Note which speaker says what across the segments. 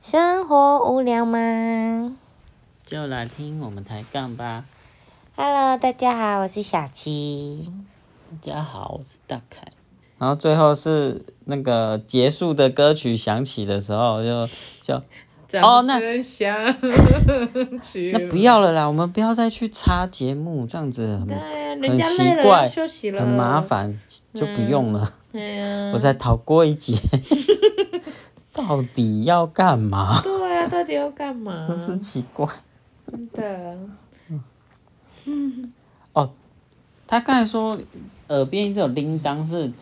Speaker 1: 生活无聊吗
Speaker 2: 就来听我们抬杠吧。
Speaker 1: ？Hello，大家好，我是小七。
Speaker 2: 大家好，我是大凯。然后最后是那个结束的歌曲响起的时候就，就哦
Speaker 3: 掌
Speaker 2: 那
Speaker 3: 声响起。
Speaker 2: 那不要了啦，我们不要再去插节目，这样子
Speaker 3: 对
Speaker 2: 很
Speaker 3: 啊，人
Speaker 2: 很
Speaker 3: 家
Speaker 2: 奇
Speaker 3: 累了
Speaker 2: 怪
Speaker 3: 要休息了，
Speaker 2: 很麻。烦，就不用了。
Speaker 3: 对呀、
Speaker 2: 我才逃过一劫， 到底要干嘛？
Speaker 3: 对啊，到底要干嘛？
Speaker 2: 真是奇怪。
Speaker 3: 真的，
Speaker 2: 他刚才说耳边一直有铃铛是，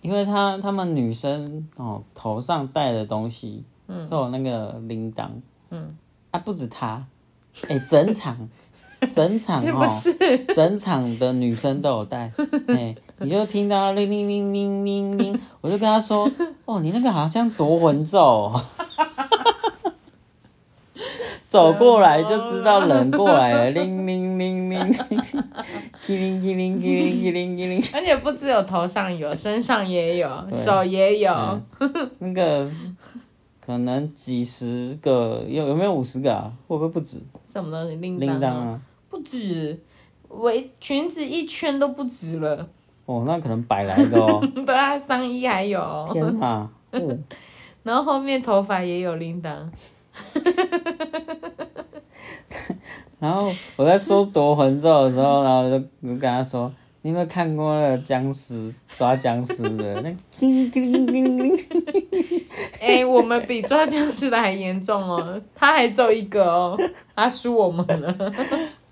Speaker 2: 因为他他们女生哦头上戴的东西，嗯，都有那个铃铛，嗯，啊不止他，哎、整场整场
Speaker 3: 是不
Speaker 2: 哦，
Speaker 3: 是？
Speaker 2: 整场的女生都有戴，哎、你就听到铃铃铃铃铃铃，我就跟他说，哦你那个好像夺魂咒、哦。走过来就知道人过来了，铃铃铃铃铃。麒麟麒麟麒麟麒麟麒麟，
Speaker 3: 而且不只有头上有，身上也有，
Speaker 2: 对
Speaker 3: 手也有。
Speaker 2: 嗯那个可能几十个，有有没有五十个啊？会不会不止？
Speaker 3: 什么东西？铃
Speaker 2: 铃
Speaker 3: 铛
Speaker 2: 铛
Speaker 3: 啊？
Speaker 2: 啊，
Speaker 3: 不止，围裙子一圈都不止了。，
Speaker 2: 哦，那可能百来个哦
Speaker 3: 对啊，上衣还有哦，
Speaker 2: 天哪！哦，
Speaker 3: 然后后面头发也有铃铛。
Speaker 2: 然后我在说夺魂咒的时候，然后我就我跟他说：“你有没有看过那个僵尸抓僵尸的？那叮叮叮叮叮，
Speaker 3: 哎、我们比抓僵尸的还严重哦，他还只有一个哦，他输我们了。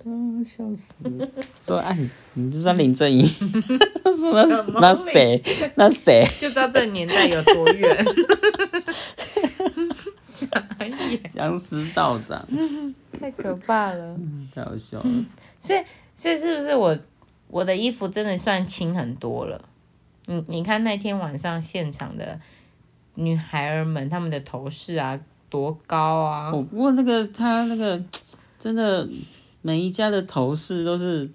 Speaker 2: 嗯，笑死了！说啊，你你知不知道林正英？他
Speaker 3: 什
Speaker 2: 说那
Speaker 3: 么
Speaker 2: 那
Speaker 3: 林
Speaker 2: 谁那谁？
Speaker 3: 就知道这个年代有多远。傻眼，
Speaker 2: 僵尸道长，
Speaker 3: 太可怕了。
Speaker 2: 太好笑了。”
Speaker 3: 所以，所以是不是我我的衣服真的算轻很多了？嗯，你看那天晚上现场的女孩儿们，她们的头饰啊多高啊，
Speaker 2: 哦，不过那个他那个真的每一家的头饰都是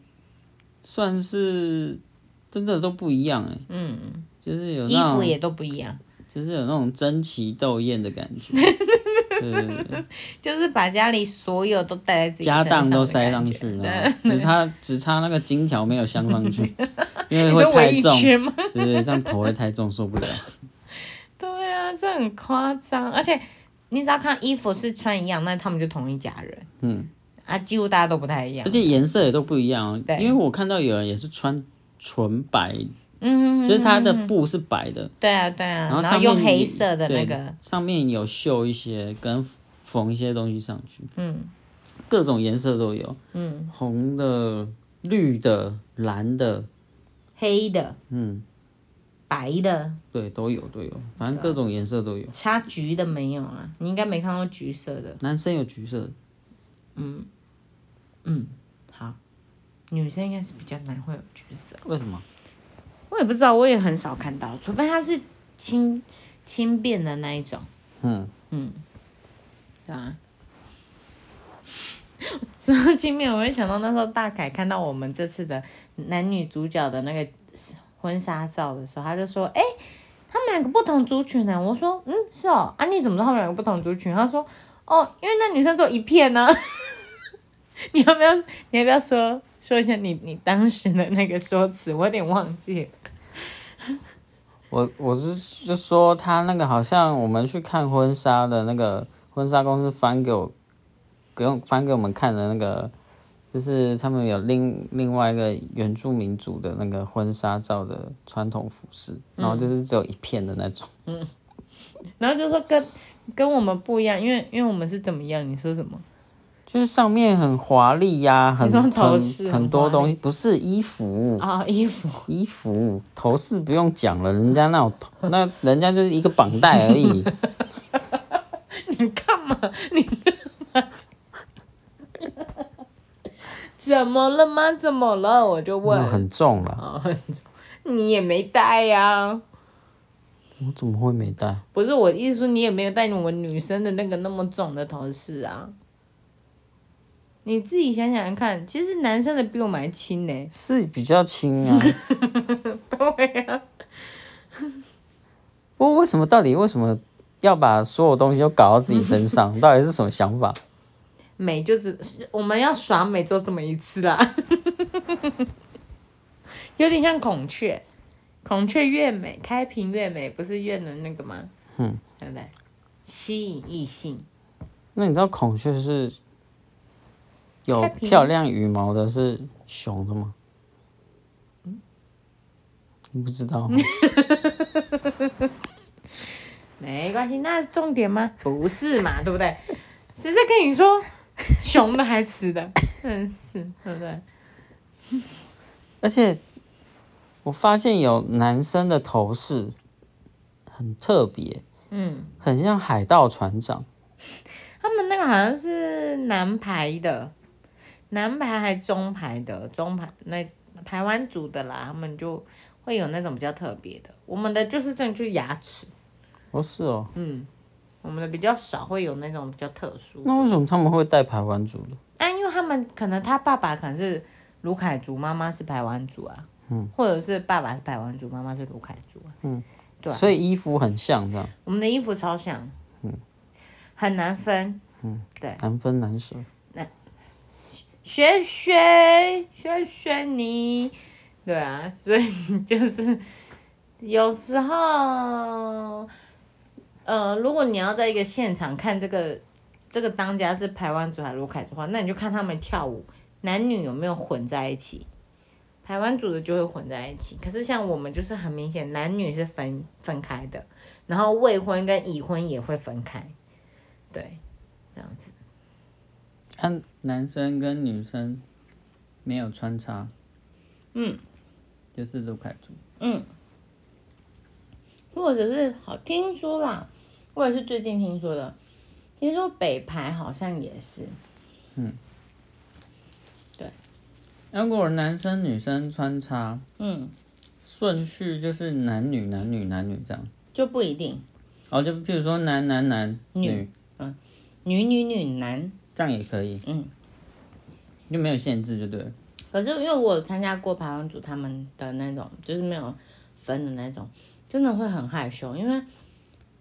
Speaker 2: 算是真的都不一样哎，
Speaker 3: 嗯，
Speaker 2: 就是有
Speaker 3: 衣
Speaker 2: 那
Speaker 3: 服
Speaker 2: 种
Speaker 3: 也都不一样，
Speaker 2: 就是有那种争奇斗艳的感觉，对对对对，
Speaker 3: 就是把家里所有都带在自己
Speaker 2: 家
Speaker 3: 身
Speaker 2: 当
Speaker 3: 上
Speaker 2: 都
Speaker 3: 的
Speaker 2: 塞上
Speaker 3: 感
Speaker 2: 去
Speaker 3: 觉
Speaker 2: 了， 只差只差那个金条没有镶上去，因为
Speaker 3: 你
Speaker 2: 会
Speaker 3: 说
Speaker 2: 太
Speaker 3: 围一
Speaker 2: 重，
Speaker 3: 圈吗？
Speaker 2: 对对，这样头会太重 受不了。
Speaker 3: 对啊，这很夸张，而且你只要看衣服是穿一样，那他们就同一家人。
Speaker 2: 嗯，
Speaker 3: 啊，几乎大家都不太一样
Speaker 2: 而。且颜色也都不一样哦，
Speaker 3: 对
Speaker 2: 因为我看到有人也是穿纯白，
Speaker 3: 嗯，
Speaker 2: 就是它的布是白的，
Speaker 3: 对啊对啊，
Speaker 2: 然
Speaker 3: 然
Speaker 2: 后上面
Speaker 3: 用
Speaker 2: 也
Speaker 3: 黑色的那，
Speaker 2: 对
Speaker 3: 个，
Speaker 2: 上面有绣一些跟缝一些东西上去，
Speaker 3: 嗯
Speaker 2: 各种颜色都有，
Speaker 3: 嗯，
Speaker 2: 红的、绿的、蓝的，
Speaker 3: 黑的、
Speaker 2: 嗯，
Speaker 3: 白的，
Speaker 2: 对，都有都有，反正各种颜色都有。
Speaker 3: 插橘的没有啊，你应该没看过橘色的。
Speaker 2: 男生有橘色，
Speaker 3: 嗯
Speaker 2: 嗯
Speaker 3: 好，女生应该是比较难会有橘色，
Speaker 2: 为什么？
Speaker 3: 我也不知道，我也很少看到，除非它是轻轻便的那一种，
Speaker 2: 嗯，
Speaker 3: 对啊。 说到轻便，我会想到那时候大凯看到我们这次的男女主角的那个婚纱照的时候，他就说：“哎、他们两个不同族群呢、我说：“嗯，是哦，啊，你怎么知道他们两个不同族群？”他说：“哦，因为那女生只有一片呢、 你要不要？你要不要说说一下你你当时的那个说辞？我有点忘记了。
Speaker 2: 我我是就说他那个好像我们去看婚纱的那个婚纱公司翻给我，给我翻给我们看的那个，就是他们有另另外一个原住民族的那个婚纱照的传统服饰，
Speaker 3: 嗯
Speaker 2: 然后就是只有一片的那种。
Speaker 3: 然后就说跟跟我们不一样，因为因为我们是怎么样？你说什么？
Speaker 2: 就是上面很华丽呀，很
Speaker 3: 说
Speaker 2: 很
Speaker 3: 头饰很
Speaker 2: 很多
Speaker 3: 华丽
Speaker 2: 东西，不是衣服，
Speaker 3: 啊、衣服。”
Speaker 2: 衣服头饰不用讲了，人家那种头 那人家就是一个绑带而已，
Speaker 3: 你干嘛？你干嘛？ 怎么了吗？怎么了？我就
Speaker 2: 那
Speaker 3: 问。
Speaker 2: 很重啊
Speaker 3: 哦
Speaker 2: 了，
Speaker 3: 很重你也没带呀、
Speaker 2: 我怎么会没带？
Speaker 3: 不是我意思，你也没有带我们女生的那个那么重的头饰啊。你自己想想看，其实男生的比我们还轻呢、
Speaker 2: 是比较轻啊，
Speaker 3: 对呀、
Speaker 2: 不过为什么到底为什么要把所有东西都搞到自己身上，到底是什么想法？
Speaker 3: 美就只是我们要耍美就这么一次 啦，有点像孔雀，孔雀越美，开屏越美，不是越能那个吗？
Speaker 2: 嗯，
Speaker 3: 对不对？吸引异性，
Speaker 2: 那你知道孔雀是有
Speaker 3: 太平
Speaker 2: 漂亮羽毛的是雄的吗？你不知道吗？
Speaker 3: 没关系，那是重点吗？不是嘛，对不对？谁在跟你说雄的还雌的？真是，对不对？
Speaker 2: 而且我发现有男生的头饰很特别，
Speaker 3: 嗯，
Speaker 2: 很像海盗船长。
Speaker 3: 他们那个好像是南排的，南排还中排的，中排那台湾族的啦，他们就会有那种比较特别的。我们的就是真的就是牙齿，
Speaker 2: 哦，是哦，
Speaker 3: 嗯，我们的比较少会有那种比较特殊。
Speaker 2: 那为什么他们会戴排湾族的？
Speaker 3: 啊，因为他们可能他爸爸可能是卢凯族，妈妈是排湾族啊，嗯，或者是爸爸是排湾族，妈妈是卢凯族啊，对啊
Speaker 2: 所以衣服很像这样，
Speaker 3: 我们的衣服超像，嗯，很难分。对
Speaker 2: 难分难舍。
Speaker 3: 学学学学你，对啊，所以就是有时候，呃，如果你要在一个现场看这个这个当家是台湾族还是卢凯族的话，那你就看他们跳舞，男女有没有混在一起。台湾组的就会混在一起，可是像我们就是很明显，男女是分分开的，然后未婚跟已婚也会分开，对，这样子。
Speaker 2: 看男生跟女生没有穿插，
Speaker 3: 嗯，
Speaker 2: 就是卢凯族。
Speaker 3: 或者是好听说啦，我也是最近听说的，听说北排好像也是，
Speaker 2: 如果男生女生穿插
Speaker 3: 嗯，
Speaker 2: 顺序就是男女男女男女这样，
Speaker 3: 就不一定，
Speaker 2: 哦，就譬如说男男男
Speaker 3: 女嗯
Speaker 2: 女
Speaker 3: 女女女男，
Speaker 2: 这样也可以，
Speaker 3: 嗯，
Speaker 2: 就没有限制就对了。
Speaker 3: 可是因为我有参加过排湾组他们的那种，就是没有分的那种，真的会很害羞，因为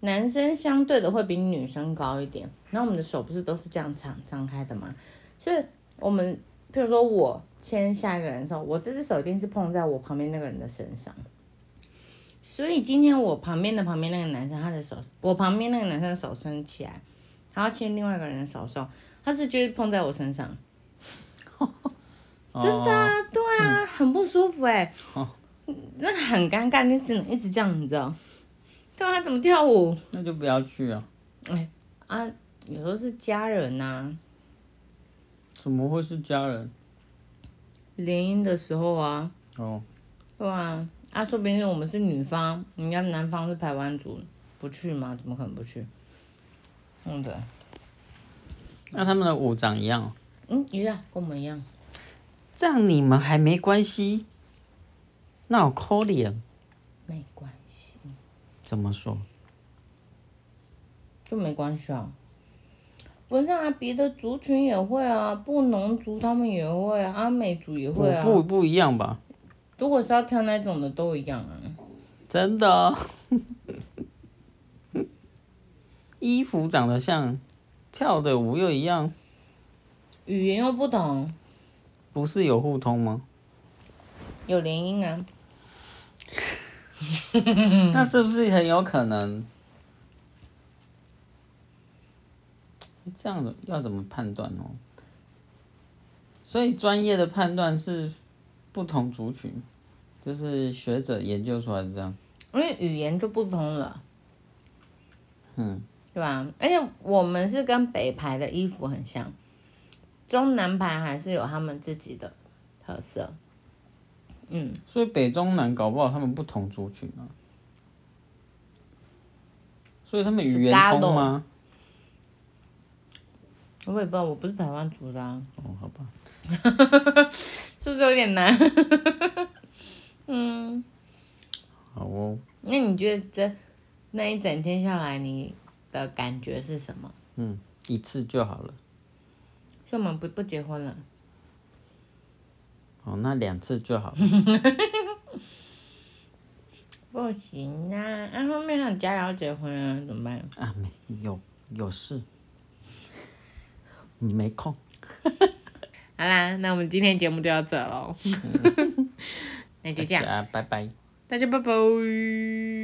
Speaker 3: 男生相对的会比女生高一点，然后我们的手不是都是这样张张开的嘛，所以我们譬如说我牵下一个人的时候，我这只手一定是碰在我旁边那个人的身上。所以今天我旁边的旁边那个男生，他的手，我旁边那个男生的手伸起来，然后牵另外一个人的手的时候，他是就是碰在我身上，真
Speaker 2: 真
Speaker 3: 的啊，对啊，很不舒服哎、
Speaker 2: 嗯哦
Speaker 3: 嗯那很尴尬，你只能一直这样，你知道？对啊，怎么跳舞
Speaker 2: 那就不要去啊！
Speaker 3: 啊？有时候是家人啊呐、
Speaker 2: 怎么会是家人？
Speaker 3: 联姻的时候啊，
Speaker 2: 哦，
Speaker 3: 对啊，啊，说不定我们是女方，人家男方是台湾族，不去吗？怎么可能不去？嗯，对，
Speaker 2: 那他们的舞长一样哦，
Speaker 3: 嗯，一样，跟我们一样。
Speaker 2: 这样你们还没关系？那我抠脸
Speaker 3: 没关系，
Speaker 2: 怎么说？
Speaker 3: 就没关系啊。不是啊，别的族群也会啊，布农族他们也会啊，阿美族也
Speaker 2: 不
Speaker 3: 会啊。
Speaker 2: 不不一样吧？
Speaker 3: 如果是要挑那种的，都一样啊。
Speaker 2: 真的，啊 衣服长得像，跳的舞又一样，
Speaker 3: 语言又不同，
Speaker 2: 不是有互通吗？
Speaker 3: 有联姻啊，
Speaker 2: 那是不是很有可能？这样的要怎么判断哦？所以专业的判断是不同族群，就是学者研究出来的这样。
Speaker 3: 因为语言就不同了，
Speaker 2: 嗯，
Speaker 3: 对吧？而且我们是跟北排的衣服很像，中南排还是有他们自己的特色。嗯，
Speaker 2: 所以北中南搞不好他们不同族群啊。所以他们语言通吗？
Speaker 3: 我也不知道，我不是台湾族的、啊，
Speaker 2: 哦，好吧。
Speaker 3: 是不是有点难？
Speaker 2: 好哦，
Speaker 3: 那你觉得这那一整天下来，你的感觉是什么？
Speaker 2: 嗯，一次就好了。
Speaker 3: 所以我们不不结婚了，
Speaker 2: 哦，那两次就好了。
Speaker 3: 不行啊！啊，后面还有家人要结婚啊，怎么办？
Speaker 2: 啊，没有有事，你没空。
Speaker 3: 好啦，那我们今天节目就 到这喽，那就这样，
Speaker 2: 大家拜拜。
Speaker 3: 大家拜拜。